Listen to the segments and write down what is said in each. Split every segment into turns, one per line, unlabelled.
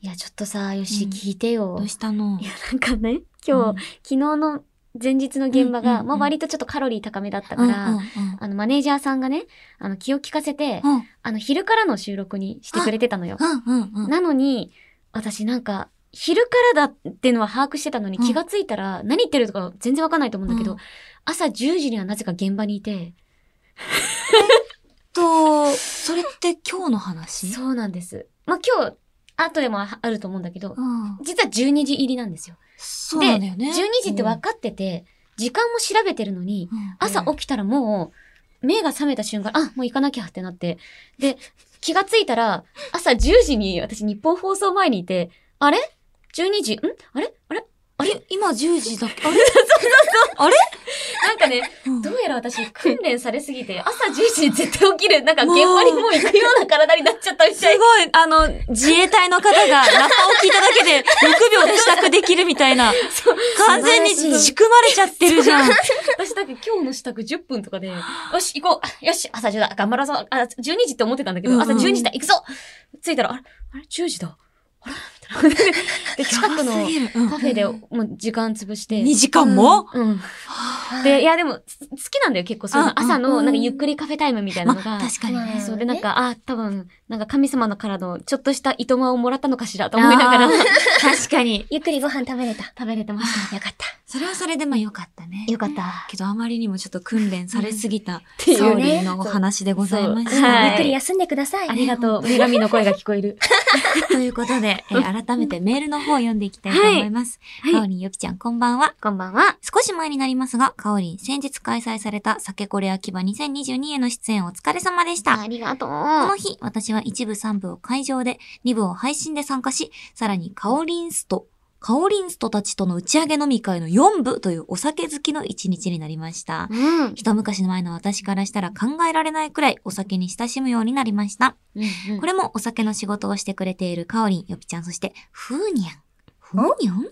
いや、ちょっとさ、よし、 聞いてよ。
どうしたの
いや、なんかね、今日、
うん
昨日の前日の現場
うんうん
が、
うん
まあ割とちょっとカロリー高めだったから、
うんうん
あの、マネージャーさんがね、あの、気を利かせて、
うん
あの、昼からの収録にしてくれてたのよ。
うんうんうん
なのに、私なんか、昼からだっていうのは把握してたのに、
うん
気がついたら、何言ってるとか全然わかんないと思うんだけど、
うん
朝10時にはなぜか現場にいて、
と、それって今日の話う。
そうなんです。まあ今日、後でもああると思うんだけど、
ん。
実は12時入りなんですよ。
そうなんだよね。
12時って分かってて、時間も調べてるのに、
うん、うん
朝起きたらもう、目が覚めた瞬間、あ、もう行かなきゃってなって。で、気がついたら、朝10時に私日本放送前にいて、あれ ?12 時んあれあれ
あれ今10時だっけあれ
なんかね、
うん
どうやら私訓練されすぎて、朝10時に絶対起きる、なんか現場にもう行くような体になっちゃったみ
す
たい。
ごい、あの、自衛隊の方がラッパを聞いただけで6秒で支度できるみたいな。完全に仕組まれちゃってるじゃん。
私だけ今日の支度10分とかで、よし、行こう。よし、朝10だ。頑張ろうぞ。あ、12時って思ってたんだけど、
うんうん
朝12時だ。行くぞ着いたら、あれあれ ?10 時だ。あれみたいな。で、近くの
やばすぎるうん
カフェでもう時間潰して。
2時間も、
うん。で、いやでも、す好きなんだよ、結構。そういうの
うん
朝の、
うん
なんかゆっくりカフェタイムみたいな
ま
のが。
あ、確かにね。
そうで、なんか、あ、多分、なんか神様のからの、ちょっとしたいとまをもらったのかしらと思いながら
あー。 確かに。
ゆっくりご飯食べれた。食べれてま した。よかった。
それはそれでまあよかったね。
よかった。
けどあまりにもちょっと訓練されすぎた、
ていうね
サオリンのお話でございまし
そうは
た。
いゆっくり
休んでくださ
ありがとう。女神の声が聞こえる。
ということで、えー改めてメールの方を読んでいきたいと思います。
はい
サオリン、ゆきちゃ ん、こんばんは。
こんばんは。
少し前になりますが、カオリン、先日開催された酒これ秋葉2022への出演お疲れ様でした。
りがとう。
この日、私は一部三部を会場で、二部を配信で参加し、さらにカオリンスト、カオリンストたちとの打ち上げ飲み会の4部というお酒好きの一日になりました。
うん。
一昔前の私からしたら考えられないくらいお酒に親しむようになりました。こ
れ、
れもお酒の仕事をしてくれているカオリン、ヨピちゃん、そして、フーニャン。フーニャン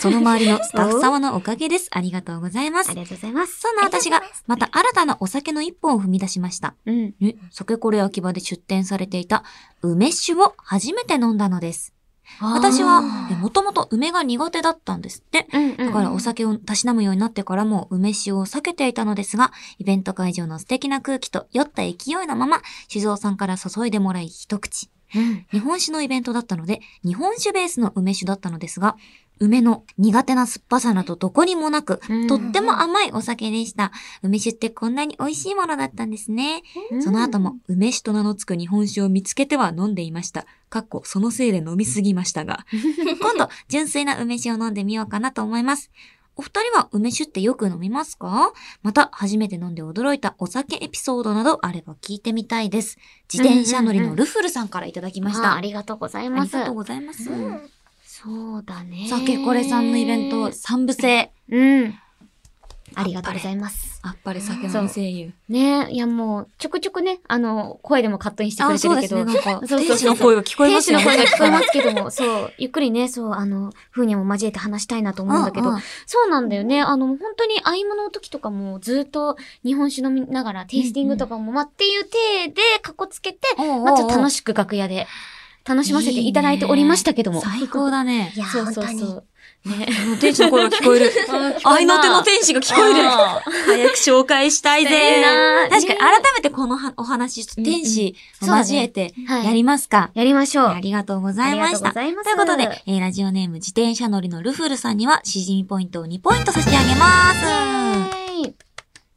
その周りのスタッフ様のおかげです。ありがとうございます
あ。りがとうございます。
そんな私が、また新たなお酒の一本を踏み出しました。
うん。
ね、酒これ秋葉で出店されていた梅酒を初めて飲んだのです。私は、もともと梅が苦手だったんですって。
うんうん。
だからお酒をたしなむようになってからも梅酒を避けていたのですが、イベント会場の素敵な空気と酔った勢いのまま、酒造さんから注いでもらい一口。
うん、
日本酒のイベントだったので、日本酒ベースの梅酒だったのですが、梅の苦手な酸っぱさなどどこにもなく、
うん
とっても甘いお酒でした。梅酒ってこんなに美味しいものだったんですね。その後も梅酒と名の付く日本酒を見つけては飲んでいました。かっこそのせいで飲みすぎまし たが。今度、純粋な梅酒を飲んでみようかなと思います。お二人は梅酒ってよく飲みますかまた、初めて飲んで驚いたお酒エピソードなどあれば聞いてみたいです。自転車乗りのルフルさんからいただきました。
あありがとうござい
あ
ま
り
す。
がとうございます。
うんそうだね。
酒これさんのイベント、三部制。
うん。ありがとうございます。
あっぱれ酒飲み声優。
ねいやもう、ちょくちょくね、あの、声でもカットインしてくれてるけど、
なんか、
そうそうそう
天使の声が聞こえま
天
す
使
よ
の
ね。
声が聞こえますけど も、そう、ゆっくりね、そう、あの、ふうにも交えて話したいなと思うんだけど、
うう
そうなんだよね。あの、本当に合間の時とかもずっと日本酒飲みながらテイスティングとかも、まあっていう体でかこつけて、まあちょっと楽
し
しく楽屋で楽しませていただいておりましたけども。
最高だね
い。や、
そう
本
そ
当
う
に。
そう。
天使の声が聞こえる。愛の手の
使
天使が聞こえる。早く紹介したいぜ
いいな。
確か
ね
に改めてこのはお話、
うん
天使を交えて
はい
やりますか。
やりましょう。
ありがとうございました。
ありがとうございます
ということで、えーラジオネーム自転車乗りのルフルさんには、しじみポイントを2ポイント差し上げます。
はい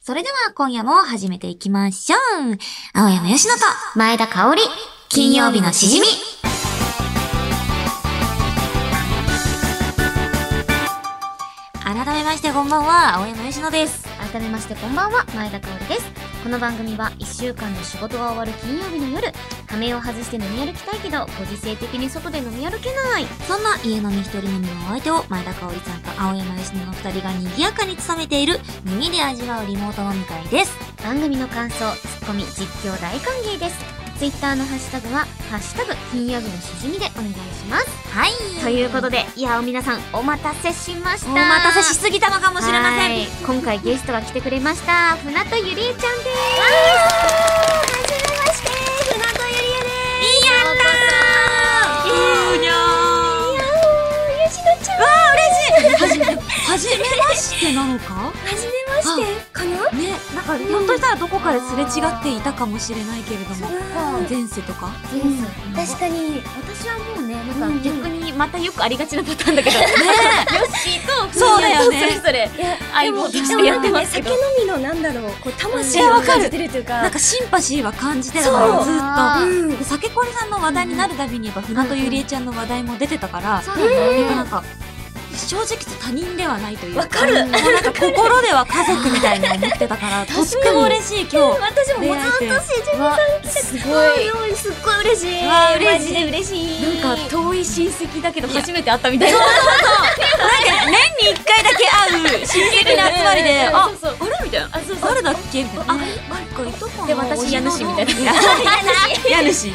それでは今夜も始めていきましょう。青山よしのと、
前田香織、
金曜日のしじみ。改めましてこんばんは、青山よしのです。
改めましてこんばんは前田香織ですこの番組は1週間の仕事が終わる金曜日の夜仮面を外して飲み歩きたいけどご時世的に外で飲み歩けない
そんな家飲み一人飲みのお相手を前田香織さんと青山よしのの二人が賑やかに務めている耳で味わうリモート飲み会です。
番組の感想ツッコミ実況大歓迎ですツイッターのハッシュタグは「ハッシュタグ金曜日のしじみ」でお願いします
はい。
ということでいやー皆さんお待たせしました
お待たせしすぎたのかもしれませ
はい
ん。
今回ゲストが来てくれました船戸ゆりえちゃんですはじめまして船戸ゆりえです
やったーうーにゃーめなのか
初めましてかな
ね、なんか、ひょっとしたらどこかですれ違っていたかもしれないけれども、前世とか。
うん
確かに
私はもうね、なん
うん
か逆にまたよくありがちなパターンだけど、ヨッシーと
そうだよ
フ
ね
ミヤとそれぞれ
いや
愛もとしてやってますけど
でも。なんかね酒飲みのなんだろうこう魂
いや
を
わかる
感じてるというか
なんかシンパシーは感じてた
そ
の
う
ずっ
あ
と。
うん
で酒こりさんの話題になるたびに、やっぱ船戸ゆりえちゃんの話題も出てたから、
そうだ
やっぱ
ね。
なんか、正直他人ではないという
わかる
もうなんか心では家族みたいに思ってた から、とっても嬉しい今日。
私ももうずっとし
わすごい。
いすっごい嬉しい
わあ嬉しい
マジで嬉しい
なんか遠い親戚だけど初めて会ったみたいな。
年に一回だけ会う親戚の集まりで、あ、
そうそう、あれみたいな。あ、そうそう。
誰だっけみたいな。あ、なんかいとこの
で私家主みたいな
な。家主。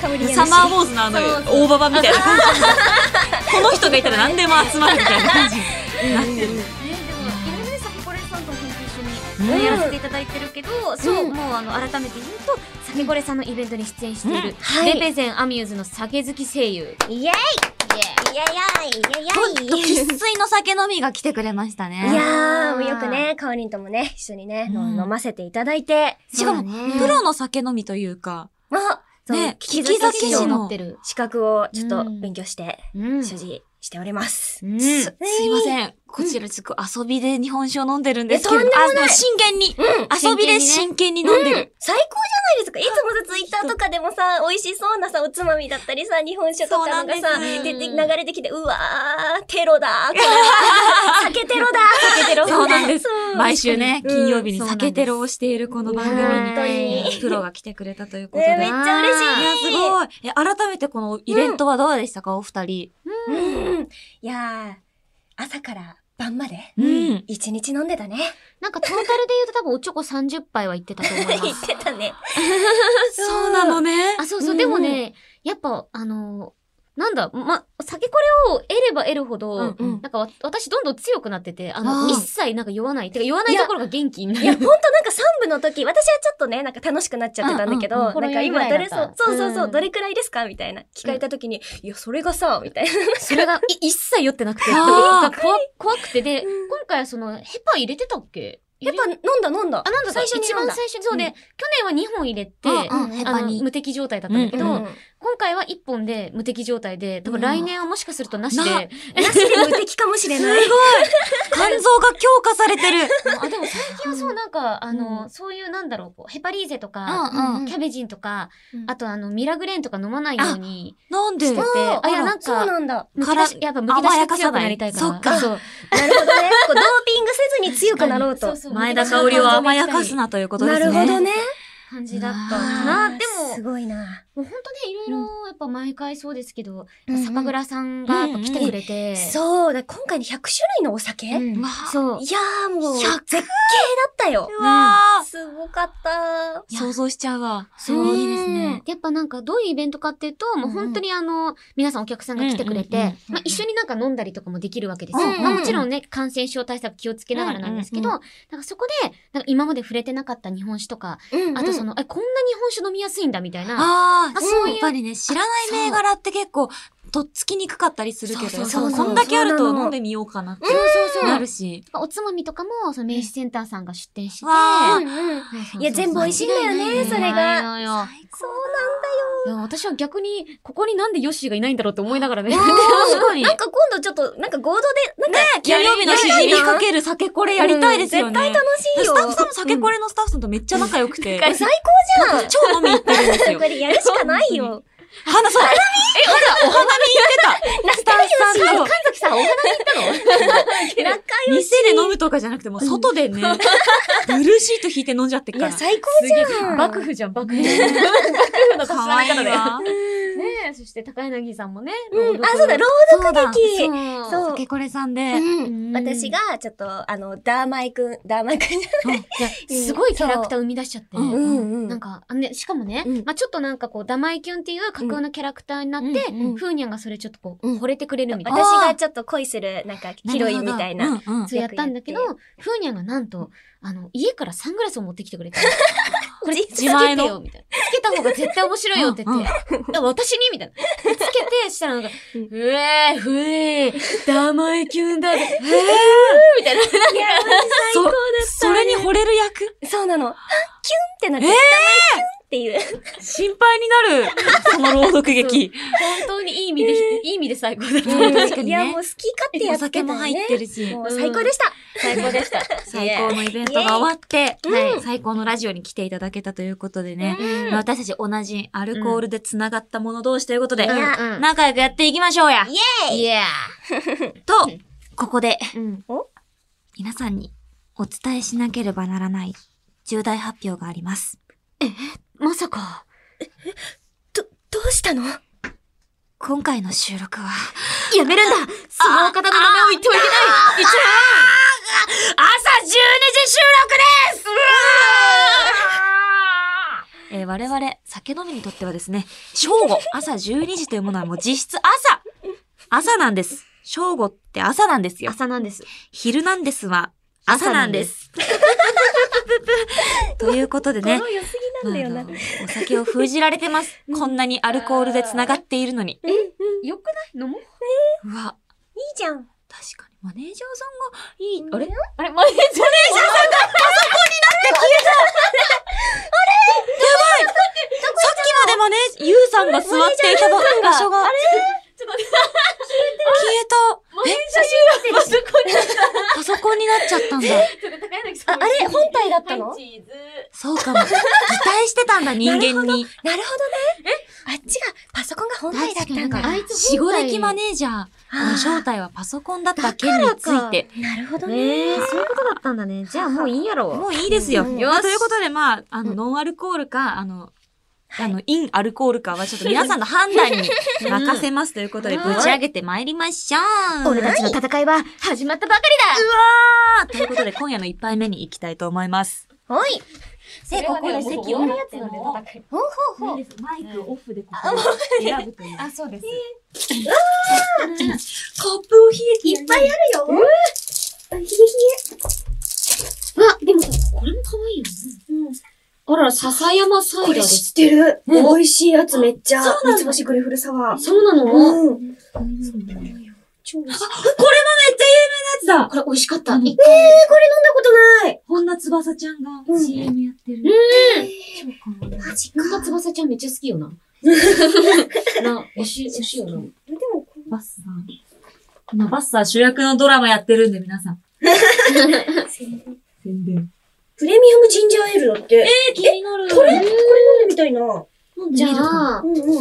かぶり
サマーウ
ー
ォーズのあの
そう
大ババみたいな感じこの人がいたら何でも集まるみたいな感じになってる
ね、でも、いろいろさ、コレさんとは本当
う
一緒
ん
にやらせていただいてるけど、そう、
うん
もうあの、改めて言うと、サケコレさんのイベントに出演している、
はい
レペゼンアミューズの酒好き声優。
イエイイエイイエ
ほんと
イイエイイエイ
生粋の酒飲みが来てくれましたね
いやー、もうよくね、かおりんともね、一緒にね、
うん
飲ませていただいて。
しかもプロの酒飲みというか
あ、そう、
ね
聞き
利き
酒
酒
師
師の
の
ってる。
資格をちょっと
うん
勉強して、
うん
所持しております。
うん。
す
そ
すいませんこちらちょっと遊びで日本酒を飲んでるんですけ
い
れ
や
ど
とんでも
あでも真剣に遊びで真剣に飲んでる
最高じゃないですか。いつもさ、ツイッターとかでもさ、美味しそうなさ、おつまみだったりさ、日本酒と
そうな
か
ん
の
で
が
す
さ、
うん
出て、流れてきて、うわー、テロだー、これ酒テロだ
けてる
そうなんです
そう
毎週ね
確かに
金曜日に
うんそうなん
酒
です
テロをしているこの番
うん
組
本当に。
にプロが来てくれたということ
ねめっ
で
ちゃ嬉しい。
い
いや、すごい。え、改めてこのイベントはどうでしたか、お二人。
うん。いやー、朝から晩まで、
うん
一日飲んでたね。
なんかトータルで言うと多分おちょこ30杯は行ってたと思い
言
ま
っ
す。
てたね。
そうなのね。
あ、そうそう。でもね、やっぱ、あの、なんだ、ま、酒これを得れば得るほど、
うんうん
なんかわ私どんどん強くなってて、あ
あ
の、
ー
一切なんか酔わない。てか酔わないところが元気にない
や、
る
ほん。となんか3部の時、私はちょっとね、なんか楽しくなっちゃってたんだけど、
うんうんうん
なんか今どれそ
ほろ酔いうぐらいだった
そうそうそう、
うん
どれくらいですかみたいな。聞かれた時に、いや、それがさ、みたいな。
それがい一切酔ってな くて、
あー
なんか怖怖くて、で、今回はその、ヘパ入れてたっけ
やっぱ飲んだ飲んだ。
あ、なんだ
最初に
一
飲ん
番
だ。
最初に、そうで、
うん
去年は2本入れて、
うんうん
うん
ヘ
あ
パ
の、
に。
無敵状態だったんだけど、今回は1本で無敵状態で、多分来年はもしかするとなしで、
な
なしで無敵かもしれない。
肝臓が強化されてる。
あ、でも最近は そう、なんか、あの、そういう、なんだろうこう、ヘパリーゼとか、
うんうん
キャベジンとか、
うん
あとあの、ミラグレーンとか飲まないように
なんで
してて、 あいや、なん
そう
か、
なんだ。
むき出し、やっぱむき出しが強くなりたいから。
甘やかさない
そう。
なるほどね。こうドーピングせずに強くなろうと。
そうそう
前田香織を甘やかすなということです
な
ね。
るほどね。
感じだったか
あ
な。
ー
でも、
すごいな。
もう本当ね、いろいろ、やっぱ毎回そうですけど、
うんうん
酒蔵さんがやっぱ来てくれて、
そうだ、今回で100種類のお酒、
う
い
ん
わ
そう。
やーもう、
100
絶景だったよ。
うわー
すごかった。
想像しちゃうわ。
そう
いいですね。
やっぱなんかどういうイベントかっていうと、もう本当にあの、皆さんお客さんが来てくれ
うんうんう
て
ん、
まあ一緒になんか飲んだりとかもできるわけです
う
よ。
んうんうん
まあもちろんね、感染症対策気をつけながらなんですけど、
うん
なんかそこで、なんか今まで触れてなかった日本酒とか、あとそ
の、
の、え、こんな日本酒飲みやすいんだみたいな。
ああ、
あそういう
やっぱりね、知らない銘柄って結構、とっつきにくかったりするけ
そう
ど、
そうそう
こんだけあると
そうなの
飲んでみようかなって
そうそうそう。
な
や
るし。
っぱおつまみとかも、その名刺センターさんが出店してて、
わ
うんうん
そうそうそう
いや全部美味しいんだよね
そう
それ
そう
が
なのよ
そう
いや私は逆に、ここになんでヨッシーがいないんだろうって思いながらね。
確かに
なんか今度ちょっと、なんか合同で、なんか、
金曜日のしじみかける酒これやりたいですよね。
うん絶対楽しい
ス
よ。
タッフさんも酒これのスタッフさんとめっちゃ仲良くて、
最高じゃん
超飲み行ってるん ですよ。
これやるしかないよ。
花さん、え、ほら、お花見行ってた。スタッフさんと、
神崎さん、お花見行ったの
仲良
店で飲むとかじゃなくて、もう外でね、ブルーシート引いて飲んじゃってっ
い
か
や、
ら。
最高じゃん。
幕府じゃん、幕府。幕
ね
府の年
かわいい
だよ。
わ。
ねえ、そして高柳さんもね。
うん、あ、そうだ、朗読劇。
そう
そう
酒これさんで、
うん
うん
私が、ちょっと、あの、ダーマイくん、ダーマイくんじゃない
すごいキャラクター生み出しちゃって。
そううん
なんか、あのね、しかもね、
うん
まあちょっとなんかこう、ダマイキュンっていう架空のキャラクターになって、
うんうん
ふーにゃんがそれちょっとこう、
うん
惚れてくれるみたいな。
私がちょっと恋する、なんか、ヒロインみたいな。
るほど。うんうん
そうやったんだけど
よく、
ふーにゃんがなんと、あの、家からサングラスを持ってきてくれて。 これ
自
自
前
前
の
の。みたいなつけた方が絶対面白いよって言って。いや私にみたいな。つけて、したらなんか、
う
うんえー、ふえー、生意気ゅん だ、えー、みたいな。
いや、
そ
最高だった
それに惚れる役
そうなの。あキュンってなって、
えー
キュンっていう。
心配になる、その朗読劇。
本当にいい意味で、いい意味で最高だった。
ん確かにね
いや、もう好き勝手や
お
ってた
酒
よね。
も入ってるし
も。う最高でした。
最高でした。
最高のイベントが終わって、
イエーイ
はい最高のラジオに来ていただけたということでね、
うん
まあ私たち同じアルコールで繋がった者同士ということで、
うん
うん
仲良くやっていきましょうや
イ
いや
と、ここで
うん。
皆さんにお伝えしなければならない重大発表があります。
まさか。
ど、どうしたの
今回の収録は、
やめるんだそのお方の名前を言ってはいけない一
朝12時収録ですえー我々、酒飲みにとってはですね、正午、朝12時というものはもう実質朝朝なんです。正午って朝なんです
応
よ。
朝なんです。
昼なんですは朝なんです。ということでね
心、良すぎなんだよ
まあ
な
あ。のお酒を封じられてます。こんなにアルコールで繋がっているのに。
よくない飲もう。
うわ、
いいじゃん。
確かにマネージャーさんがいい。
あれあれマネージャー
さっきまでマネージ、ゆうさんが座っていた場所が、消
ちょっと待って、
えた。
マネージャーがあそこにいた。
パソコンになっちゃったんだ。
ちょっと高柳さ
あ、
ん。
あれ本体だったの
はい、チーズ。
そうかも。擬態してたんだ、人間に。
なるほどね。えあっちが、パソコンが本体だったん
確か
だ。
に
あいつ
死後
本体
的マネージャーの正体はパソコンだった件について。
なるほどね。
ええそういうことだったんだね。じゃあもういいやろ。
もういいですよ。
うん
まあということで、まあ、あの、
うん
ノンアルコールか、あの、
はい
あの、インアルコールかはちょっと皆さんの判 断に任せますということで、
うん
ぶち上げてまいりましょう。
俺たちの戦いは始まったばかり
あということで、今夜の一杯目に行きたいと思います。
おい。
だ
で、ここで席を。
るやつなんで戦い。
ほうほうほう。
マイクオフでここを選ぶという。
あ、そうです。
コップを冷えて
いっぱいあるよ。うん。ひえひ
わ、でもさ、これも可愛いよね。あらら、笹山サ
え。
イダーです。
ってる。
ね
味しいやつめっちゃ。三つ星グレフルサワ。
そうなの
うん。超美味しい。
これもめっちゃ有名なやつだ
これ美味しかった。
うん
一回。
えー、これ飲んだことない。
本田翼ちゃんが CM やってる。うん。
マジ
なんか翼ちゃんめっちゃ好きよな。な、美味しい、美味しいよな。
でも、
バッサー。まあ、バッサー主役のドラマやってるんで、皆 さん。宣伝。
プレミアムジンジャーエールだって。
えー、気になる。
これ、これ飲んでみたいな。う
じゃあ、こ
んうん。
れも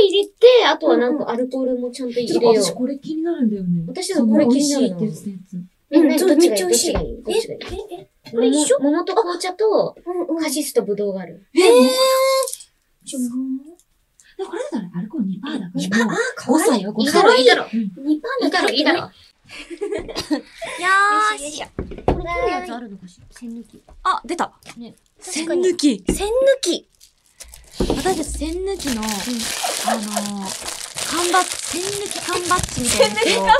入れて、あとはなんかアルコールもちゃんと入
ちょっ
れ
と
よ
私
う。
これ気になるんだよね。
私はこれ気になる
そ
な
の美味しいって言って
え、何
そう
どっちがいい
めっちゃ美味しい
どっちがいいどっちがいい
え、え、
これ一緒桃と紅茶と、
うんうん。
カシスとブドウがある。
たやつ。
ちょ
えー、これだったらアルコール2%だから。
2%
もう
あ、かわい
5歳よ、5
いい
歳
だ。ろ、いいだろ。
2%
いいだろ、いいだろ。よ
よ
よいしょ。
これ切るやつあるのかしら栓抜き。
あ、出た。
ね
栓抜き。
栓抜き。
私たち栓抜きの、あのー、缶バッジ、栓抜き缶バッジみたいなやつを
何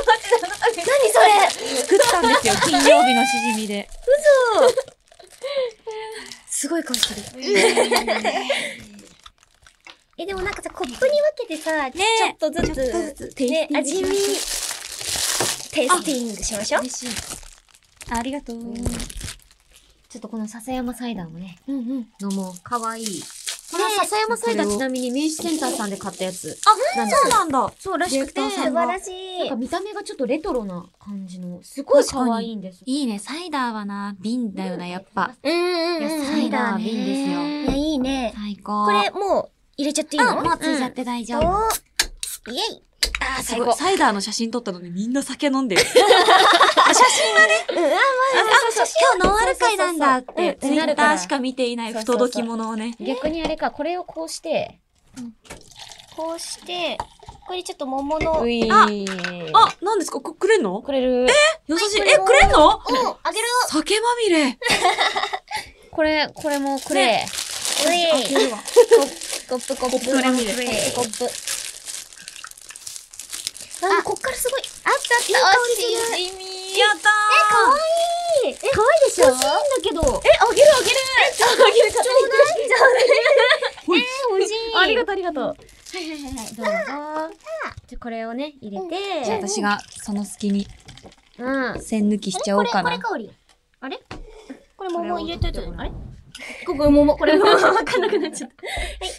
それ
作ったんですよ、金曜日のしじみで。
すごい顔してる。え、でもなんかさ、コップに分けてさ、ち
ね
ょ
え
っとず
ちょっとずつ
つ、
テイス
ね
テ、ィング
味見、テイスティングしましょう。
嬉しい。ありがとう。うん
ちょっとこの笹山サイダーもね、
うん。
飲もう。かわいい。この笹山サイダーちなみに明治センターさんで買ったやつ。
あ、
なんです
そうなんだ。
そうらしくて、
ディレクタ
な
ーさ
素
ん
晴らしい
か。見た目がちょっとレトロな感じの、すごい可愛いんです。
いいね、サイダーはな、瓶だよな、やっぱ。
うん
いや
うん
サイダーね
サイダー瓶ですよ
いや、いいね。
最高。
これ、もう、入れちゃっていいの
うん、もうついちゃって大丈夫。
おイエイあー、
す
最
ごい。
高。
サイダーの写真撮ったのにみんな酒飲んでる。
うん、あ、ま
あ、今日ノンアル会なんだっ
そうそう
て、
そ
ツ
う
イ
うん
ッターしか見ていない不届き者をね。
逆にあれか、これをこうして、
あ、こうして、これちょっと桃の、
うい
あ
ー。
あ、なんですかこれくれんの
くれる。
優しい。
はい
え、
こ
く
れ
れんの
おあげる
酒まみれ。
これ、これもくれ。
うえいコップ、コップ、コップ、コップ、コップ。あ、こっからすごい。あったあった、おしい。
やったー。え、かわいい。
いい。え、欲しいんだ
可愛いでしょえ、
けど。
あげるあげるちょっとあげるちょうだい
じゃあね。
え
欲しい
ありがとうありがとう。はい
はいはいはい。
どうぞ。じゃあこれをね、入れ
じゃあ
て、
私がその隙に
うん。
線抜きしちゃおう
これ、
か
こ
な
れ。香り。あれこれ
これ
桃
を
入れといた
取って
あれここ桃、これ 桃。わかんなくなっちゃった。はい。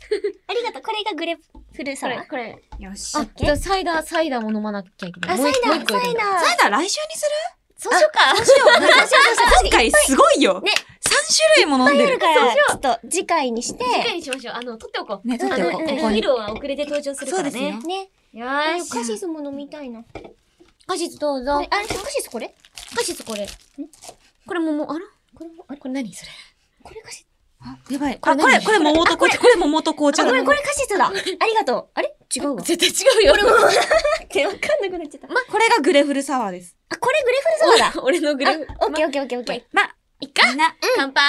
ありがとう。これがグレープルー
こ
サワ
れ、
ー。
これ。
よし
あ、じゃあサイダー、サイダーも飲まなきゃいけない。
あ、
もう
サイ
一
ダ
もう
ー、
一個
サ
入れ
イ
る
ダー。
サイダー来週にす
そうしようか。そうしよ
る今回すごいよ !3 種類も飲んでる。
から、ちょっと次回にして、
次回にしましょう。あの、取っておこう。
ね取っておこう
あの
ここに
ヒーローは遅れて登場するからね。
そうですよ
ね。
よー
でもカ
し。
シスも飲みたいな。
果実どう
あ
ぞ
れ、。あれカシスこれ
果実これ。これももう、あら
これも、
これ何それ
これカシス。
あやばい。
これ
あこれ、
何
これ桃と紅茶。これ桃と紅
あ、
茶
ご
だ
めん、これカシスだ。 ありがとう。あれ違うわ。
絶対違うよ。
ってわかんなくなっちゃった。
これがグレフルサワーです。
あ、これグレフルソー ダ。
俺のグループ。
あ、オッケーオッケーオッケーオッケー。
ま、いっかみんな、
乾杯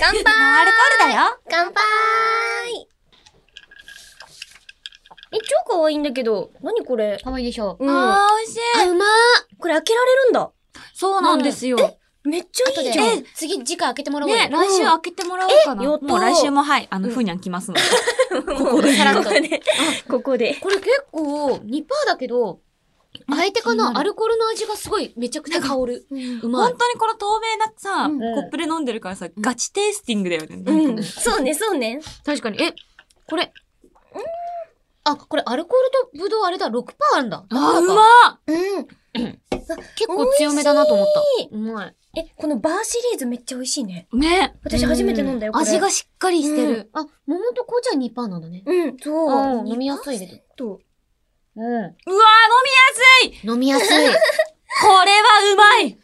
乾杯
ノンアルコールだよ。
乾杯え、超可愛いんだけど、何これ
可愛いでしょ。
うん。あ、
あー、美味しい。
うまーこれ開けられるんだ。
そうなんですよ。
めっちゃ
後
いい
で
じゃん。
え、
次、次回開けてもらおうよ。
ね、来週開けてもらおうかな。
えやった
もう来週もはい、あの、ふにゃん来ますので。
こ
こで
さらっと
ここ。
ここで。
これ結構2%だけど、相手か
気になる
なアルコールの味がすごいめちゃくちゃ香る。うまい
本。当にこの透明なさ、
うん
うん
コップで飲んでるからさ、ガチテイスティングだよね。なん
う
か
ん。
ね
そうね、そうね。
確かに。え、これ。あ、これアルコールとブドウあれだ、6%あるんだ。
あー、
だ
う
から
まっ
うん。
結構強めだなと思った。
美味し
うまい。
え、このバーシリーズめっちゃ美味しいね。
ね。
私初めて飲んだよ、これ。
味。がしっかりしてる。
あ、桃と紅茶2%なんだね。
うん、そうう。
ん飲みやすいです
と。
うん。
うわー、飲みやすい
飲みやす い。
これはうまい
ね、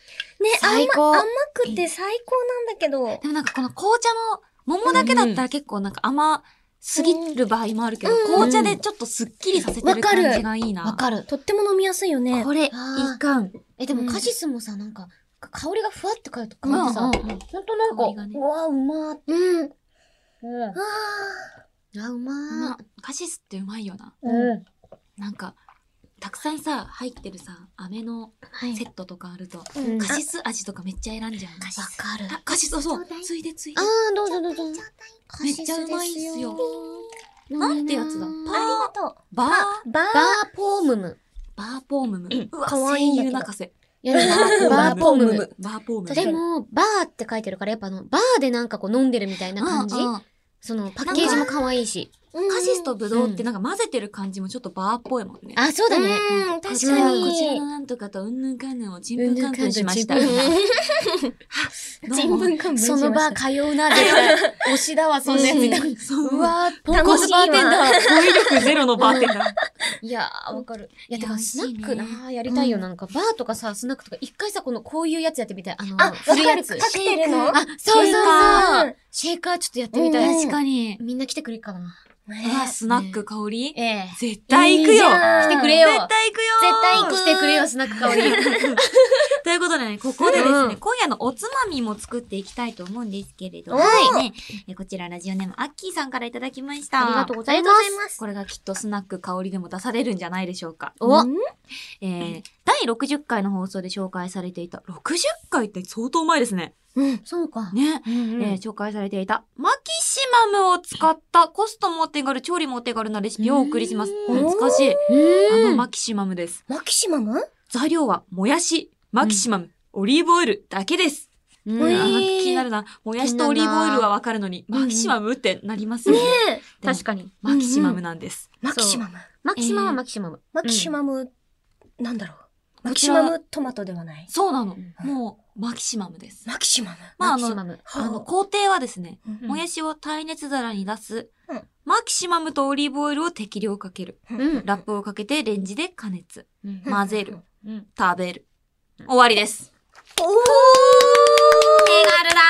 最
甘
高
甘くて最高なんだけど。
でもなんかこの紅茶も、桃だけだったら結構なんか甘すぎる場合もあるけど、
うん
紅茶でちょっとすっきりさせて
わ
る
かる
感じがいいな。
わかる。
とっても飲みやすいよね。
これ、い
あー
かん。
え、で
うん
もカシスもさ、なんか、香りがふわって香ると
うん
香ってさ、
うんうん
ほんとなん
香り
か、
がね
うわ、うまーって。
うん。
うん
あ
あ、う
うま
まー
っ。カシスってうまいよな。
うん。
なんか、たくさんさ、入ってるさ、飴の
はい。
セットとかあると、
う
ー
ん
カシス味とかめっちゃ選んじゃうの。
わかる。
あ、カシス、そ
ちょ
う
うだ、い
ついでつい
あ
で。
ー、どうぞどうぞ。
めっちゃうまいっすよ。なんてやつだ
飲みな
パ
ありがとう。
バー、
バー
バーポームム。
バーポームム。うわ、
かわいいんだ
声
け
優
ど
泣かせ。
いやで も、バーポームム。。
バーポームム。
でも、バーって書いてるから、やっぱあの、バーでなんかこう飲んでるみたいな感じ
うんうん
その、パッケージも可愛いし。
カ
カシスとブドウっ
う
て
ん
なんか混ぜてる感じもちょっとバーっぽいもんね。
あ、そうだね。
うん、
こ
確
ちら
か
こちら
に
の。なんとかとうんぬんかんぬんをちんぷんかんぷんしました。
うんぬん
どう も
かん
そのバー通うな、絶対。推しだわ、 そんなやついたら。
そう
うわー、ポンコ
楽
ツ
しい
バ
わ
ーテンダー。
語彙力ゼロのバーテンダー。
いやー、わかる。いや、て
いや
か、スナックな
美味し
ー、やりたいよ。
うん
なんか、バーとかさ、スナックとか、一回さ、この、こういうやつやってみたい。あの
あ、わ
ー、
か
振るや
る。
つ。
カクテルの
あ、そうそう
シェ
そ
ー
カー
う。シェイカーちょっとやってみたい。
うん
確かに。
みんな来てくれるかな。
うわ、スナック香り
ええ。
絶対行く
いい
よ
じゃん
来てくれよ
絶対行くよ
絶対
行く
来てくれよ、スナック 香り。
ということでね、ここでです
う
ね、
ん
今夜のおつまみも作っていきたいと思うんですけれども、
は
ね、えこちらラジオネームアッキーさんからいただきました。
ありがとうございます。
す。
これがきっとスナック香りでも出されるんじゃないでしょうか。
お
うんえー、第60回の放送で紹介されていた、60回って相当前ですね。
うん。
そうか。
ね。
うん
えー紹介されていた、マキシマムを使ったコストもお手軽、調理もお手軽なレシピをお送りします。
うん
懐かしい。あ
うん
のマキシマムです。
マキシマム
材料は、もやし、マキシマム、オリーブオイルだけです。
うん
あ
え
ー
ー
気になるな。もやしとオリーブオイルはわかるのに、
ん
マキシマムってなりますよね。
え。
でも
確かに。
マキシマムなんです。
マキシマム。
マキシマム
え
は
ー
マキシマム。
マキシマム、なんだろう。
こちら
マキシマムトマトではない。
そうなの
うん。
もう、マキシマムです。
マキシマム。
まあ、あ
マキシ
の
マ、ム。
あの、工程はですね、
うん
もやしを耐熱皿に出す
うん、
マキシマムとオリーブオイルを適量かける。
うん
ラップをかけてレンジで加熱。
うん
ま混ぜる。
うん
食べる。終わりです。
おー
手軽だ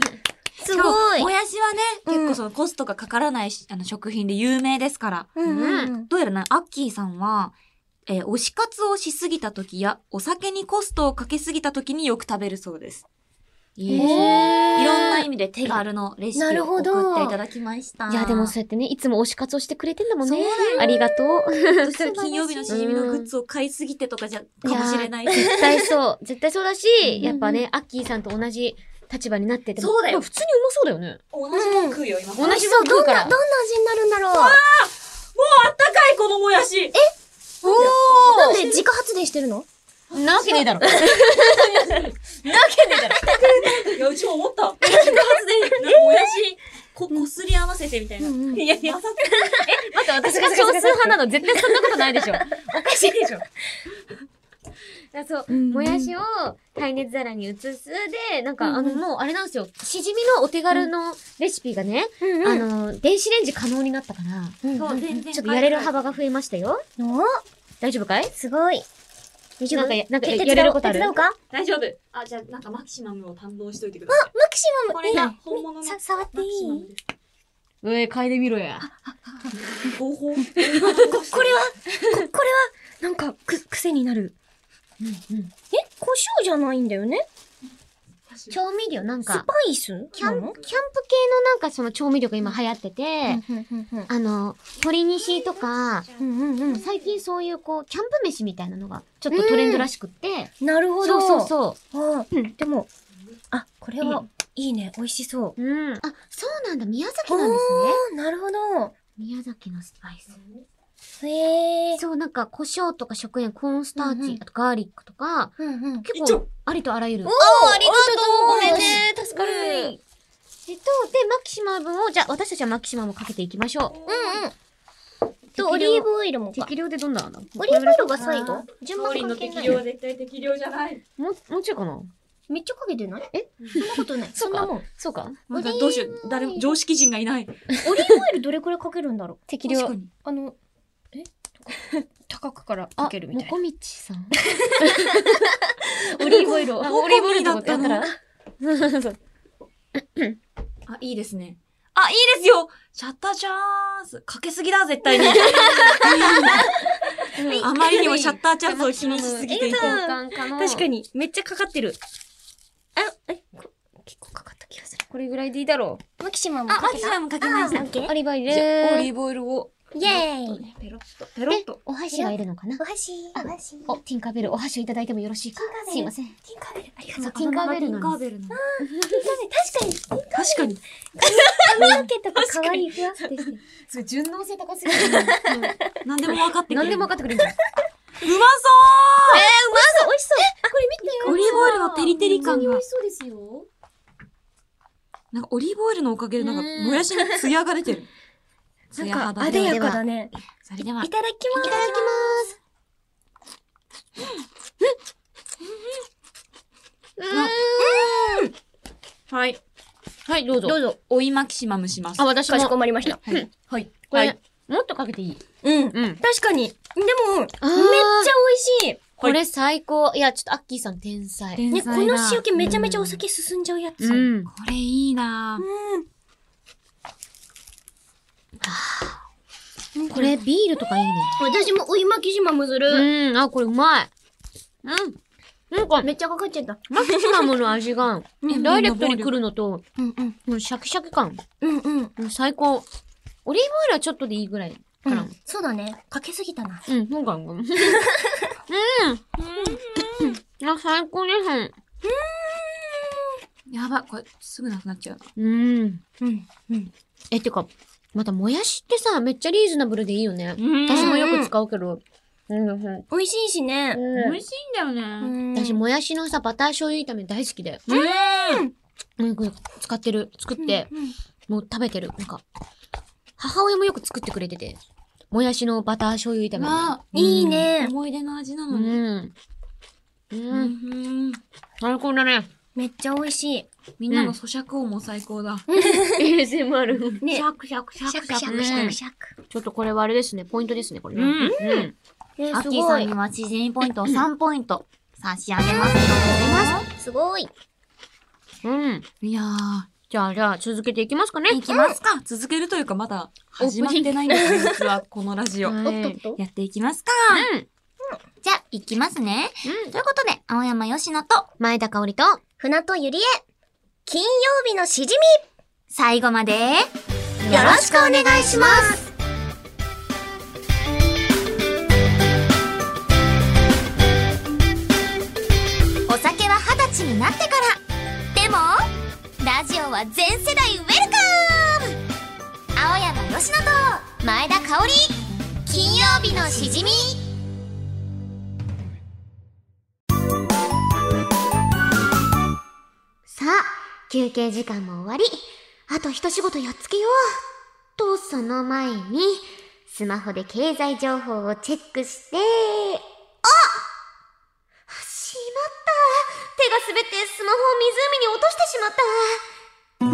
ー
す
しか
ご
も
い
も。やしはね、
うん
結構そのコストがかからないしあの食品で有名ですから。
うんうん
どうやらね、アッキーさんは、えー推し活をしすぎた時や、お酒にコストをかけすぎた時によく食べるそうです。いろん
へー
な意味で手軽のレシピ
な
を
る
送
ほど
っていただきました。
いや、でもそうやってね、いつも推し活をしてくれてんだもんね。
そうだよ
ありがとう。
そしたら金曜日のしじみのグッズを買いすぎてとかじゃ、かもしれない。
絶対そう。絶対そうだし、
ん
やっぱね、アッキーさんと同じ立場になってても。
そうだよ
でも普通にうまそうだよね。
同じもん食うよ、今。
同じもん食
ど
うんから
な、どんな味になるんだろう。
あったかい、このもやしえ
なんで自家発電してるの
なわけねえだ ろ。なわけねえだろ。
いや、うちも 思った。自家発電、なんかもやし、こ、こすり合わせてみたいな。
うんうん
いやいや、混ざって
待って、私が少数派なの絶対そんなことないでしょ。 おかしいでしょ。だからそう、もやしを耐熱皿に移すで、なんか、あの、もうあれなんですよ。しじみのお手軽のレシピがね、あ
あの、
の、電子レンジ可能になったから、
そう
うん
全然
ちょっとやれる幅が増えましたよ。
お
大丈夫かい
すごい。大丈夫
なんかやなんか
手
やれることある
手伝おうか
大丈夫。あ、じゃあ、なんかマキシマムを堪能しといてください。
マキシマム。
これが本物の
さ、触って
マ
い
キシマム
い
です。
うえ、嗅いでみろや。
合法。こ
これは、こ、これは、なんか、く、癖になる。
うんうん。
え胡椒じゃないんだよね
ちょ
調味料なん
スパ
か、
イス
キャンプ、キャンプ系のなんかその調味料が今流行ってて、
う
あの、鶏西とか、
んうんうん。
最近そういうこう、キャンプ飯みたいなのが、ちょっとトレンドらしくって、
なるほ
そ
ど。
うそうそ
あーでも、あ、これ
う
は、いいね。美味しそう。
う。うん。あ、そうなんだ。宮崎なんですね。
あなるほど。
宮崎のスパイス。
へえ。
そう、なんか、胡椒とか食塩、コーンスターチ、
うんうん
あとガーリックとか、
うんうん。
結
一
構
応、
ありとあらゆる。
おー、ありがとう。ごめんね。助かる。
うんえっと、で、マキシマムを、じゃあ、私たちはマキシマムをかけていきましょう。
うんうん。
適量
と、オリーブオイルもか。
適量でどんなの
オリーブオイルが最後順
ー
番
リンの
関係
適
ない
量。は絶対適量じゃない。
もう、もうちょいかな
めっちゃかけてない
え
そんなことない。そんなもん。オリ
そうか
なんかどうしよう。誰も、常識人がいない。
ーブオイルどれくらいかけるんだろう
適
確かに。
あの、え高くからかけるみたい
も
な。
こみちさん。オリーブオイルを。
あ
オリーブオイルのことやったら。
あ、いいですね。あ、いいですよシャッターチャンスかけすぎだ、絶 対に。あまりにもシャッターチャンスを気にしすぎていて。
えっと確
確
か。に、めっちゃかかってる。あ、え、こ結構かかった気がする。
これぐらいでいいだろ
マキシマム
あ、
か
マ
け
キ
た。
シマムかけました。
う。アリバイ
じゃあオ
で
リーブオイルを。
イェーイ。
ペロッと、ペロッと。
お箸がいるのかな
お箸。お箸。
お、ティンカーベル、お箸をいただいてもよろしいか
ィンカーベル
すいません。
ティンカーベル。ありが
そ
と
う
う。
ティンカーベル
ティ
な
ンカ
の
ーベルなの
ティンカーベル。確かに、
確かに。
髪の毛とか可愛いふわってして。
それ順応性高すぎる。
何でも分かって くれる。
何でも分かってくれるじゃん。
うまそう
美味しそう。これ見て
オリーブオイルのテリテリ感が。
そうですよ。
なんかオリーブオイルのおかげで、なんか、もやしにツヤが出てる。ツヤ
なんか、
肌
艶
で。
やかだね。
それでは、
いただきます。いただきます。
はい。
はい、どうぞ。
どうぞ。
追いマキシマムします。
あ、私
かしこ
も。
まりました。
はい。
はい。こ
これ
れ、もっとかけていい
う
う
ん。
ん。
確かに。でも、めっち
あー
ゃ美味し
これ最高。いや、ちょっとアッキーさん天才。
い。
天
ね、こ
才だ
の塩気めちゃめちゃお酒進んじゃうやつ。
うん。
これいいなぁ
うん
これ、ビールとかいいね。
私もお湯巻きしまむずる。
うん、あ、これうまい。うん。なんか、
めっちゃかかっちゃった。
マキシマムの味 が、
うん
ダイレクトに来るのと、
うんうん。
もうシャキシャキ感。
うんうん。
もう最高。オリーブオイルはちょっとでいいぐらいかな。
そうだね。かけすぎたな。
うん、そうかも。 うん。あ、最高です。
やばい、これすぐなくなっちゃうな。
うん。
うん。うん。
え、てか、またもやしってさ、めっちゃリーズナブルでいいよね。
うん
私もよく使うけど。うん、うん。
美味しいしね。
うん
美味しいんだよね。
私、もやしのさ、バター醤油炒め大好きだよ。
うん。
うん、これ使ってる。作って、
うんうん
もう食べてる。なんか、母親もよく作ってくれてて。もやしのバター醤油炒め。
わあ
いいね。
思い出の味な
う
のね。
ん。う。
うんん
最高だ ね。
めっちゃ美味しい。
みんなの咀嚼音も最高だ。
ASMR。
ね。
ャクシャクシ
シャクシャクシャクシャク。
ちょっとこれはあれですね。ポイントですね、これね。
うん
うん。
え
ア
ー
ッ
す
キーさ
ご
ん
い
に。は縮みポイントを3ポイント差し上げますよ。
すごい。
うん。
いやー。
じゃあ、じゃあ、続けていきますかね。
いきますか。続けるというかまだ始まってないんですよ、実はこのラジオ。
は
お
い
っとっと。
やっていきますか。
うん。うん。
じゃあ、いきますね。ということで、青山よしのと、
前田香織と、
船戸ゆりえ、金曜日のしじ
最後まで、よ
みよろしくお願いします
お酒は二十歳になってから。でも、ラジオは全世代ウェルカム青山吉野と、前田香織、金曜日のしじみ。
さあ、休憩時間も終わり、あと一仕事やっつけよう。と、その前に、スマホで経済情報をチェックして、あしまった。手が滑ってスマホを湖に落としてしまった。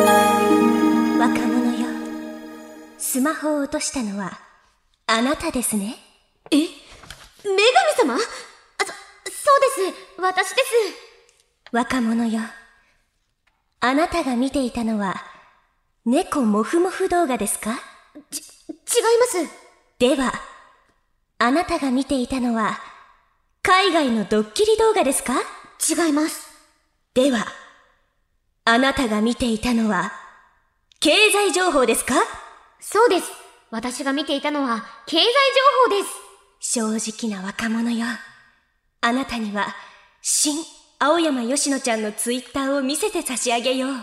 若者よスマホを落としたのはあなたですね
女神様あ、そ、そうです。私です。
若者よあなたが見ていたのは猫もふもふ動画ですか
違います。
ではあなたが見ていたのは海外のドッキリ動画ですか
違います。
ではあなたが見ていたのは経済情報ですか
そうです。私が見ていたのは、経済情報です。
正直な若者よ。あなたには、新、青山よしのちゃんのツイッターを見せて差し上げよう。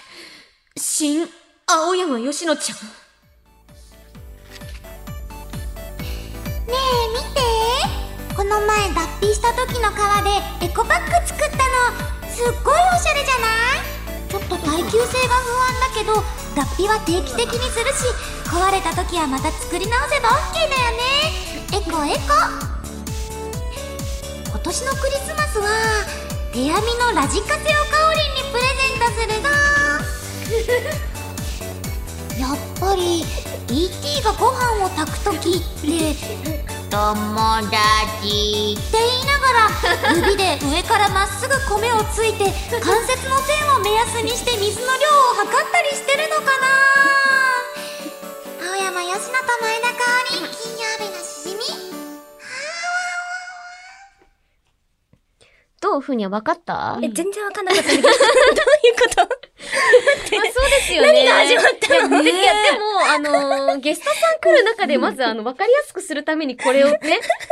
新、青山よしのちゃん。
ねえ見てこの前脱皮した時の革でエコバッグ作ったのすっごいおしゃれじゃないちょっと耐久性が不安だけど脱皮は定期的にするし壊れた時はまた作り直せば OK だよねエコエコ今年のクリスマスは手編みのラジカセをかおりんにプレゼントするぞ やっぱり ET がご飯を炊く時って友達って言いながら指で上からまっすぐ米をついて関節の線を目安にして水の量を測ったりしてるのかな青山佳乃と前田香織金曜日のしじみ
どうふうには分かった
え、全然わかんなかったんだ けど、どういうこと
まあそうですよね。
何が始まったの
いや、いやでも、 あのーゲストさん来る中で、まず、あの、わかりやすくするためにこれをね、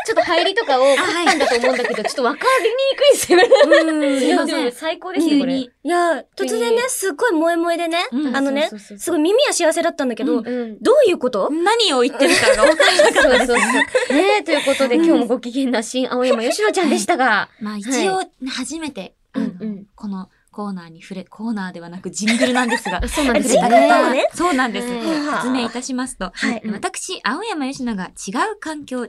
ちょっと入りとかを買ったんだと思うんだけど、ちょっとわかりにくいですよね。
すいませ
でも
ん。
最高ですよ、これ。
いや、突然ね、すっごい萌え萌えでね、
うん
あのね
そうそうそうそう
すごい耳は幸せだったんだけど、
うん。うん
どういうこと
何を言 ってるかが分かんない。
そうそうそう。ねえ、ということで、今日もご機嫌な新青山よしのちゃんでしたが。
まあ一応、初めて、あの
うんうん
このコーナーに触れ、コーナーではなくジングルなんです が、
そうなんです
ジン
よ
グル
ね。
だね
そうなんです。
は
説明いたしますと、
はい
うん
私、青山吉乃が違う環境、違う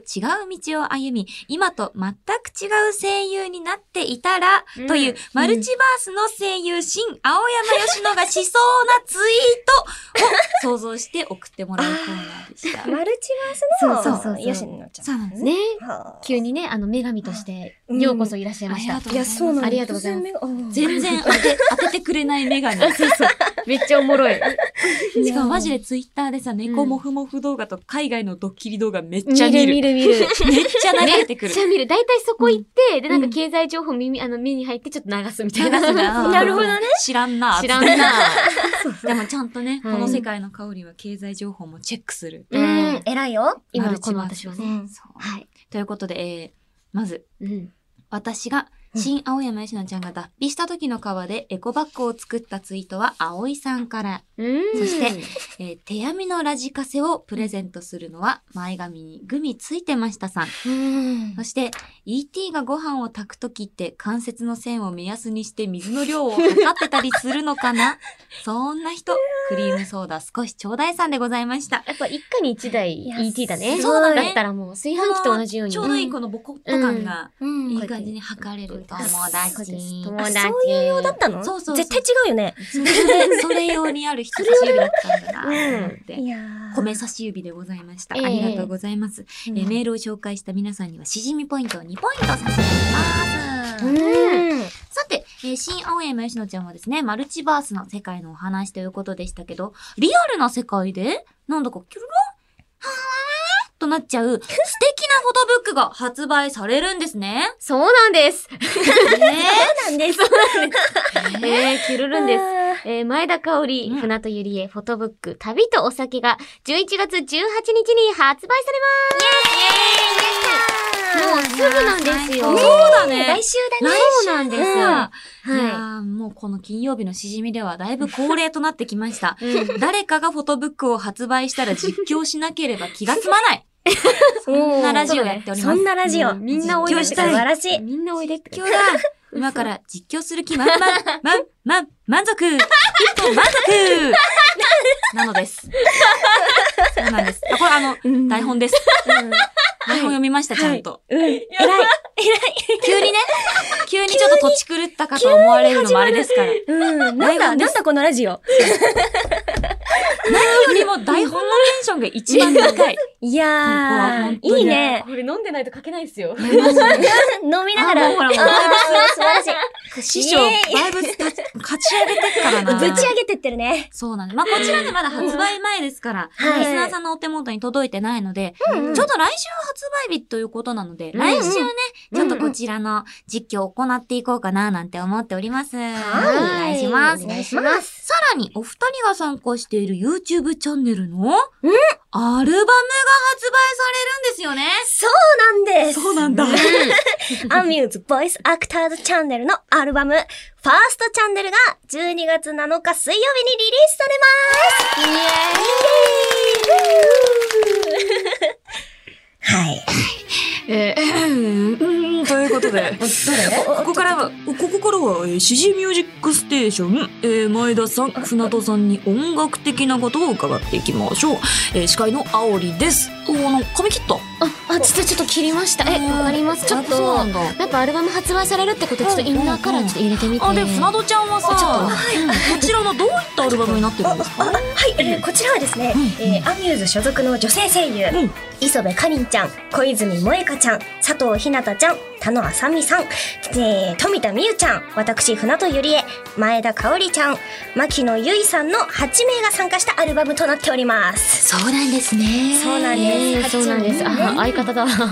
道を歩み、今と全く違う声優になっていたら、
うん
というマルチバースの声優、新青山吉乃がしそうなツイートを想像して送ってもらうコーナー でした。
マルチバース
そ
の、
うそうそうそう
よしのちゃ
そうなんです
ね
ん。はあ
急にね、あの、女神として、
うん
ようこそいらっしゃいました。
と
いや、そうなんだ
ありがとうございます
突然目が
全 然当て、当ててくれないメガネ。
そうそう。めっちゃおもろい。
しかもマジでツイッターでさ、猫もふもふ動画と海外のドッキリ動画めっちゃ
見
見
る
る。
見る見る。
めっちゃ流れてく
め
る
っち。ゃ見る。大体そこ行って、で、なんか経済情報耳、あの、目に入ってちょっと流すみたいな。
な
るほどね。
知らんな。
知らんな。
でもちゃんとね、
はい
この世界の香りは経済情報もチェックする。
う
うん
ん。、
偉いよ。
今のこの私は
マルチバース
ね。
そう
はい。
ということで、えーまず、
うん。
私が、
うん
新青山よしのちゃんが脱皮した時の皮でエコバッグを作ったツイートは葵さんから、
うん
そして、えー手編みのラジカセをプレゼントするのは前髪にグミついてましたさん。
うん
そ。して、ET がご飯を炊くときって関節の線を目安にして水の量を測ってたりするのかなそんな人、クリームソーダ少しちょうだいさんでございました。
やっぱ一家に一台
いや
ET だね。
そうだね
だったらもう炊飯器と同じように。
ちょうどいいこのボコッと感が、
うん。
いい感じに測れる友
そうです
達。
友
あ
達。
そういう用だったの
そうそうそう
絶対違うよね。
それ、それ用にある人差し指だったんだなと思って。
や
米差し指でございました。
ええ
ありがとうございます、え
うん
メールを紹介した皆さんには、しじみポイントを2ポイント差し上げます。
うん。
さて、えー新青山吉野ちゃんはですね、マルチバースの世界のお話ということでしたけど、リアルな世界で、なんだかキュルルン、はーとなっちゃう素敵なフォトブックが発売されるんですね。
そうなんです。
そうなんです。
えー、着るるんです。
あ
えー前田香織、
うん
船戸ゆりえ、フォトブック、旅とお酒が、11月18日に発売されますイエーイもうすぐなんですよ。
ねそうだ
ー
ね。
来週だね。
そうなんです。
さあ、いや
は
ーもうこの金曜日のしじみではだいぶ恒例となってきました。
い。うん
誰かがフォトブックを発売したら実況しなければ気が済ま ない。そんなラジオやっております。
そんなラジオ。
うんみんなおいでって
素晴らしい。
みんなおいでって。
今日だ。今から実況する気満々、まん、まん、満足一本満足なのです。そうなんです。あこれあの、台本です。台本読みました、ちゃんと。
偉い。
急にね、急にちょっと土地狂ったかと思われるのもあれですから。
うん。なんだ、なんだこのラジオ。
何よりも台本のテンションが一番高い。
い
うん
や
本
ー、
当に
いいね。
これ飲んでないと書けないですよ。
飲みながら。
あもうほらもう
あー 素晴らしい。
師匠、だいぶ立ち勝ち上げてっからな。
ぶち上げてってるね。
そうなんです。まあ、こちらでまだ発売前ですから、
はい
リスナーさんのお手元に届いてないので、
うん
ちょっと来週発売日ということなので、
うん
来週ね、
うん
ちょっとこちらの実況を行っていこうかななんて思っております。
はい
お願いします
お。願いします。
さらに、お二人が参加している YouTube チャンネルの、アルバムが発売されるんですよね。
そうなんです。
うなんだ。
アミューズボイスアクターズチャンネルのアルバム、ファーストチャンネルが12月7日水曜日にリリースされ
えー、うんということで、ここからは、ここからは、えーシジミュージックステーション、えー前田さん、船戸さんに音楽的なことを伺っていきましょう。えー司会のあおりです。おー、なんか髪切った。
あ、ちょっとちょっと切りました。え、
うん
わかります。ちょっ
あそう
と
なん、だ。
やっぱアルバム発売されるってことで、ちょっとインナーカラーちょっと入れてみて。
あ、で、船戸ちゃんはさ、こちらのどういったアルバムになってるんです か
はい、えーこちらはですね、
うん
えーアミューズ所属の女性声優、
うん
磯部かりんちゃん、小泉萌香ちゃん、佐藤ひなたちゃん、田野あさみさん、えー富田美優ちゃん、私船戸ゆりえ、前田香織ちゃん、牧野由依さんの8名が参加したアルバムとなっております。
そうなんですね
そうなん
え
で
ー
す。
そうなんです。 あ、相方だ。
相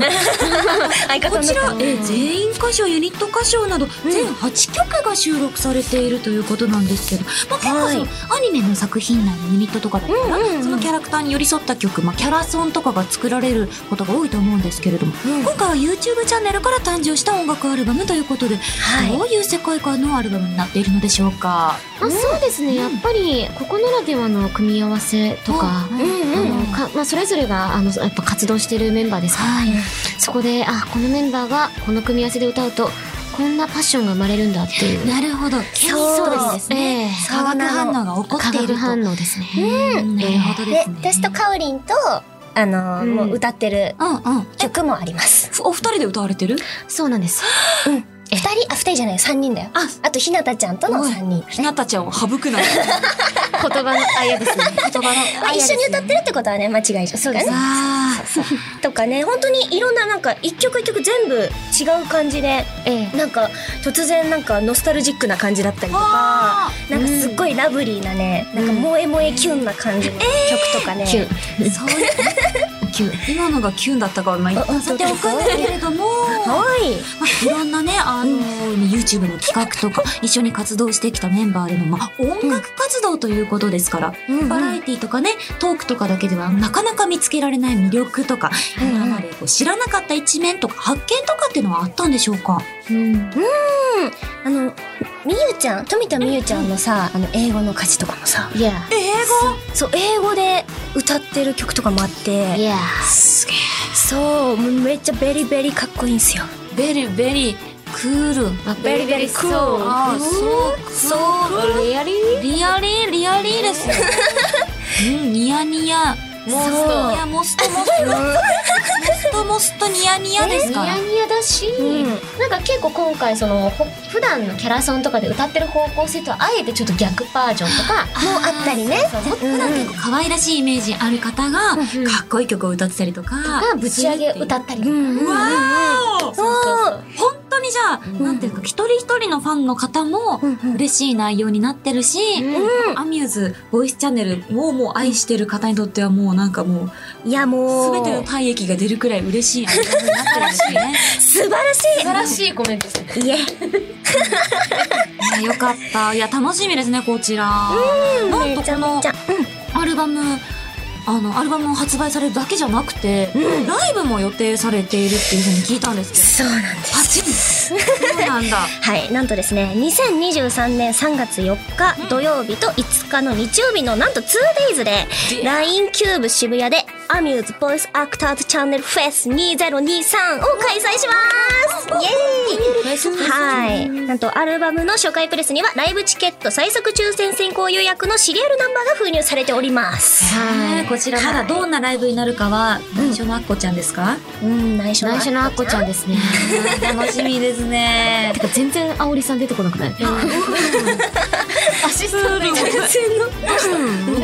方
こ
の
ちら、えー全員歌唱ユニット歌唱など全8曲が収録されているということなんですけど、まあ、結構その、
は
アニメの作品内のユニットとかだったら、
うんうんうん
そのキャラクターに寄り添った曲、まあ、キャラソンとかが作られることが多いと思うんですけれども、今回は YouTube チャンネルから誕生した音楽アルバムということで、
はい
どういう世界観のアルバムになっているのでしょうか
あ、そうですね。やっぱり、ここならではの組み合わせとか。
うん
あのかまあ、それぞれがあのやっぱ活動してるメンバーですから、
はい、
そこであこのメンバーがこの組み合わせで歌うとこんなパッションが生まれるんだっていう
なるほどケミストリーですね、
ええ
化学反応が起こっ
化
ている
学
と
反応ですね、
うんなるほどですね
私とかおりんと、あのー
うん
もう歌ってる
うんうん
曲もあります。
お二人で歌われてる
そうなんです
二人、あ、二人じゃない、三人だよ。
あ
あと、ひなたちゃんとの三人。
ひなたちゃんを省くなよ
言葉のあやですね
言葉の
あ、一緒に歌ってるってことはね、間違いじゃ
そうです
ね。
あ
とかね、本当にいろんななんか、一曲一曲全部違う感じで、
ええ
なんか、突然なんか、ノスタルジックな感じだったりとか、なんかすっごいラブリーなね、なんか、萌え萌えキュンな感じの曲とかね。
キュン
ーそうキュン今のがキュンだったかはまあ
ああ
さておくんだけれどもま
はい。
あいろんなねあの YouTube の企画とか一緒に活動してきたメンバーでのまあ音楽活動ということですからバラエティとかねトークとかだけではなかなか見つけられない魅力とか今までこう知らなかった一面とか発見とかっていうのはあったんでしょうか
うん
あの、みゆちゃん、富田みゆちゃんのさ、あの、英語の歌詞とかもさ、
いや
そう、英語で歌ってる曲とかもあって、
いや
すげえ
そう、もうめっちゃベリベリかっこいいんすよ。
ベリーベリークール
ベリベリクール
あーそうそう
リアリ
リアリーリアリーで すようんニヤニヤ
モスト
そういやモストモストモストモストニヤニヤです
ニ
から
ヤニヤだし、なんか結構今回そのほ普段のキャラソンとかで歌ってる方向性とはあえてちょっと逆バージョンとか
もあったりね。
もっとなんか結構可愛らしいイメージある方がか
んうん
っこいい曲を歌ってたりとか
がぶち上げ歌ったりとか、
うわー
そうそう
本当にじゃあ、なんていうか一人一人のファンの方も嬉しい内容になってるし、アミューズボイスチャンネルももう愛してる方にとってはもうなんかもう
いやもう
全ての体液が出るくらい嬉しいアイテムになってるんです ね。
素晴らし
素晴らしいコメントですね。
いいえ
いやよかった。いや、楽しみですね、こちら。なんと
めち
こ
ゃめ
の
ちゃ
アルバム、あの、アルバムを発売されるだけじゃなくて、ライブも予定されているっていうふうに聞いたんですけど。
そうなんです
パチンそうなん だ。
はい、なんとですね、2023年3月4日土曜日と5日の日曜日のなんと 2days で、
で
LINE キューブ渋谷で、アミューズボイスアクターズチャンネルフェス2023を開催しますイエーイはい。なんと、アルバムの初回プレスには、ライブチケット最速抽選先行予約のシリアルナンバーが封入されております。
はい、こちらまだどんなライブになるかは、内緒のあっこちゃんですか、
うん、内緒だ
内緒のアッコちゃん ですね。
楽しみですね
て。か全然あおりさん出てこなくない。アシスタントに
はい、ぜひ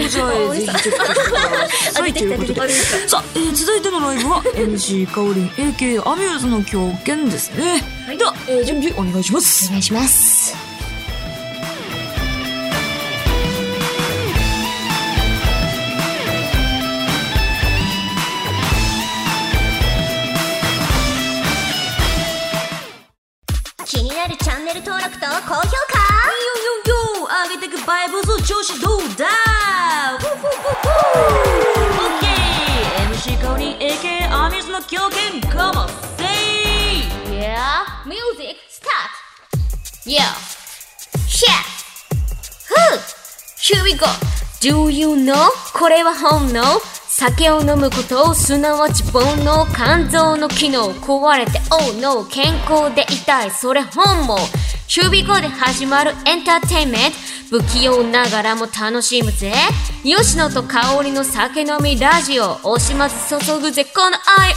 ちょっと来てください。ということで。さあ、えー続いてのライブは MC かおりん AK アミューズの狂犬ですね。では、えー準備お願いします。
願いします。
気になるチャンネル登録と高評価
よよよ上げてくバイブス調子どうだふふふふオッケー !MC かおりん AK アミューズの狂犬、カモセイ
Yeah, music start. Yeah, yeah. Woo. Here we go. Do you know? これは本能。酒を飲むこと、すなわち煩悩、肝臓の機能、壊れて、oh no、健康で痛い、それ本望。Here we go で始まるエンターテインメント。不器用ながらも楽しむぜ。吉野と香りの酒飲みラジオ、惜しまず注ぐぜ、この愛を。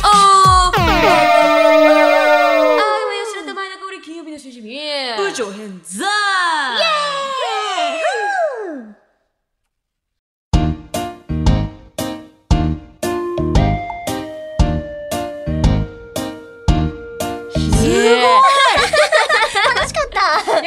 あー、今吉野と前田香織金曜日のしじみ。
部長編ザ
すごいよ
楽しかった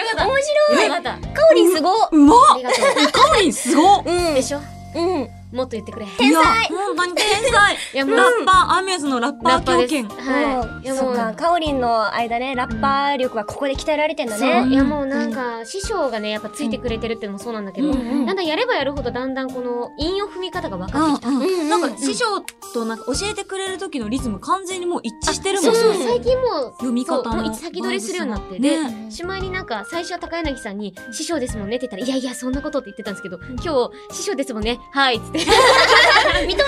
かった。面
白い
よかった。
かおりんすご
ーうま
ありがとう。
っかおりんすごっ
うん
でしょ
うん。
もっと言ってくれ。
天才本当に天才
いや、もう、
ラッパー、アミューズのラッパ
ラッ
ー
パで
狂
す。
犬。
はい。いや、も
そう
う、
か、かおりんの間ね、ラッパー力はここで鍛えられてんだ
そう
ね。
いやもうなんか師匠がねやっぱついてくれてるってのもそうなんだけど、
うんうん
だんだんやればやるほどだんだんこの韻を踏み方が分かってきた、
うんうん
うん
なんか師匠となんか教えてくれる時のリズム完全にもう一致してる
そ
もん
うそ
ね。
う最近もう
読み方
そうも
の
う先取りするようになって、
ね
でしまいになんか最初は高柳さんに「師匠ですもんね」って言ったら「いやいやそんなこと」って言ってたんですけど今日「師匠ですもんねはい」っつって 認めた
もう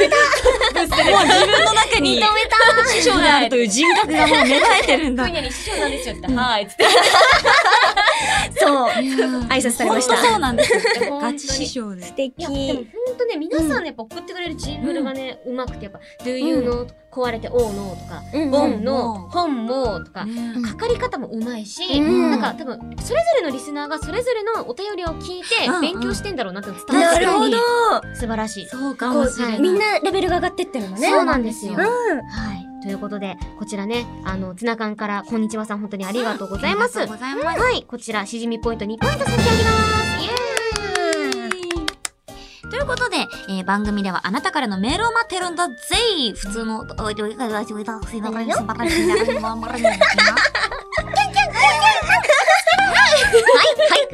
自分の中に師匠であるという人格がもう芽生えてるんだ。
今夜に師匠なんですよって言ったら「はい」っつって
そう。
挨
挨拶されました
本当そうなんですよ。
本当
ガ
に
チ師匠で
素。
いや、でも
敵。
ほんとね、皆さんね、やっぱ送ってくれるジングルがね、うまくて、やっぱ、do you know、壊れて oh no とか、
うん
ボ
う
ン
ん
の、本もとか、
ね
かかり方もうまいし、
うん
なんか多分、それぞれのリスナーがそれぞれのお便りを聞いて
うん、
勉強してんだろうなって伝わ
な
って
るほど。
素晴らしい。
そうか
こ
もしれな
う、
い。
みんなレベルが上がってってるのね。
そうなんですよ。
う
は
ん。
い。ということで、こちらね、あの、ツナ缶から、こんにちはさん、本当にありがとうございます。
ありがとうございます。
はい、こちら、しじみポイント2ポイント差し上げます。イエーイ
ということで、えー番組ではあなたからのメールを待ってるんだぜ普通の、おいどいどいどいどいどいすいませんすいませんすいませんすいません
はい、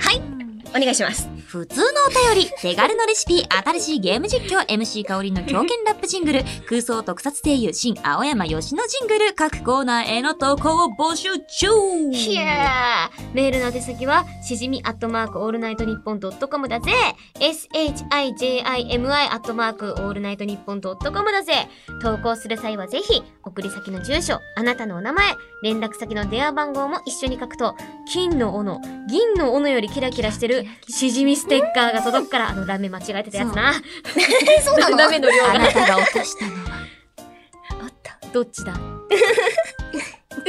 はい。お願いします。
普通のお便り、手軽のレシピ、新しいゲーム実況、MC 香りの狂犬ラップジングル、空想特撮声優、新青山吉野ジングル、各コーナーへの投稿を募集中
ひゃーメールの宛先は、しじみアットマークオールナイトニッポンドットコムだぜ !shijimi アットマークオールナイトニッポンドットコムだぜ投稿する際はぜひ、送り先の住所、あなたのお名前、連絡先の電話番号も一緒に書くと、金の斧、銀の斧よりキラキラしてる、しじみステッカーが届くから、あの、ラメ間違えてたやつな。そうなのラメの量
あ
が。
なたが落としたのは、
あった。
どっちだ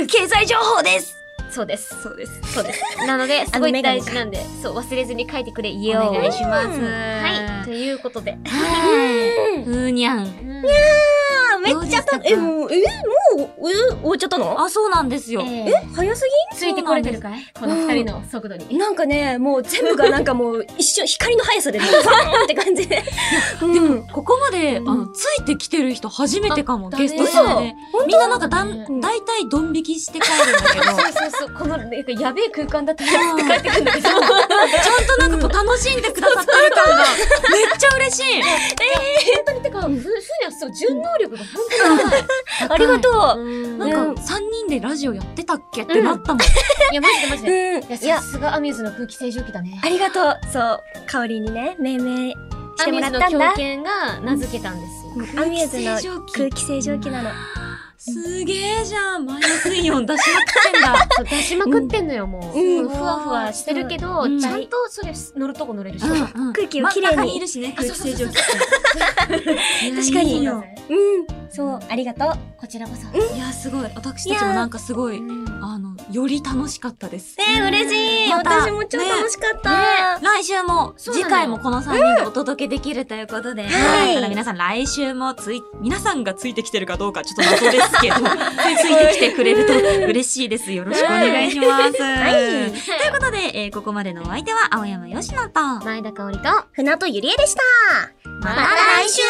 経済情報です
そうです。
そうです。
そうです。なので、すご
あの
い
メガネ
大
か
事なんで、そう、忘れずに書いてくれ、
お
家を。
願いします。
はい、ということで。
はい。うーにゃん。
うん、
あ、めっ
どう
っ
で
ち
し
ゃったた
か
えもうえもうえ終わっちゃったの
あ、そうなんですよ。
え
え早す
ついてこれてるかいこの二人の速度に。
ぎなんかねもう全部がなんかもう一瞬光の速さでねバーンって感じでうん
ここまで、
うん
あの、ついてきてる人初めてかも、
あだね
ゲストさんで。みんななんかだ
本
ん、
当
大体ドン引きして帰るんだけど、
そうそうそう。この、なんかやべえ空間だった
ち
なって帰ってくるんだけど。
ゃんとなんかこう楽しんでくださってる感が、めっちゃ嬉しい。
本当に、てか、ふ、ふにゃそう、順応力が本当に高い。
ありがとう
うんなんか、
なんか、3人でラジオやってたっけってなったもん。
いや、マジでマジで。
うん
い
い
や、
や
さすがアミューズの空気清浄機だね。
ありがとうそう香りにね命名し
ア
て
ミ
も
ュ
ら
ー
っ
ズの
たんだ
狂犬が名付けたんですよ。
アミューズ
清
の
浄機
空気清浄機なの
すげえじゃん。マイナスイオン出しまくってんだ。
そう出しまくってんのよ、もう。
うん
うんふわふわしてるけど
う、ん
ちゃんとそれ乗るとこ乗れるし。
うんうん
空気をきれ
真ん
い
中にい
に
るしね、
あ
空気清浄機。
確かに
いやいいよ
うんそうありがとう
こちらこそ。
いや、すごい。私たちもなんかすごい、あの、より楽しかったです。
えー、嬉しい、
また
私も超楽しかった、
来週も、
そうなの
次
よ
回もこの3人でお届けできるということで、よ
は
かっ
い
たら皆さん来週もつい、皆さんがついてきてるかどうかちょっと謎ですけど、ついてきてくれると 嬉しいです。よろしくお願いします。
い
ということで、えーここまでのお相手は青山よしのと、
前田香織と、
船戸ゆりえでした
ま
た来週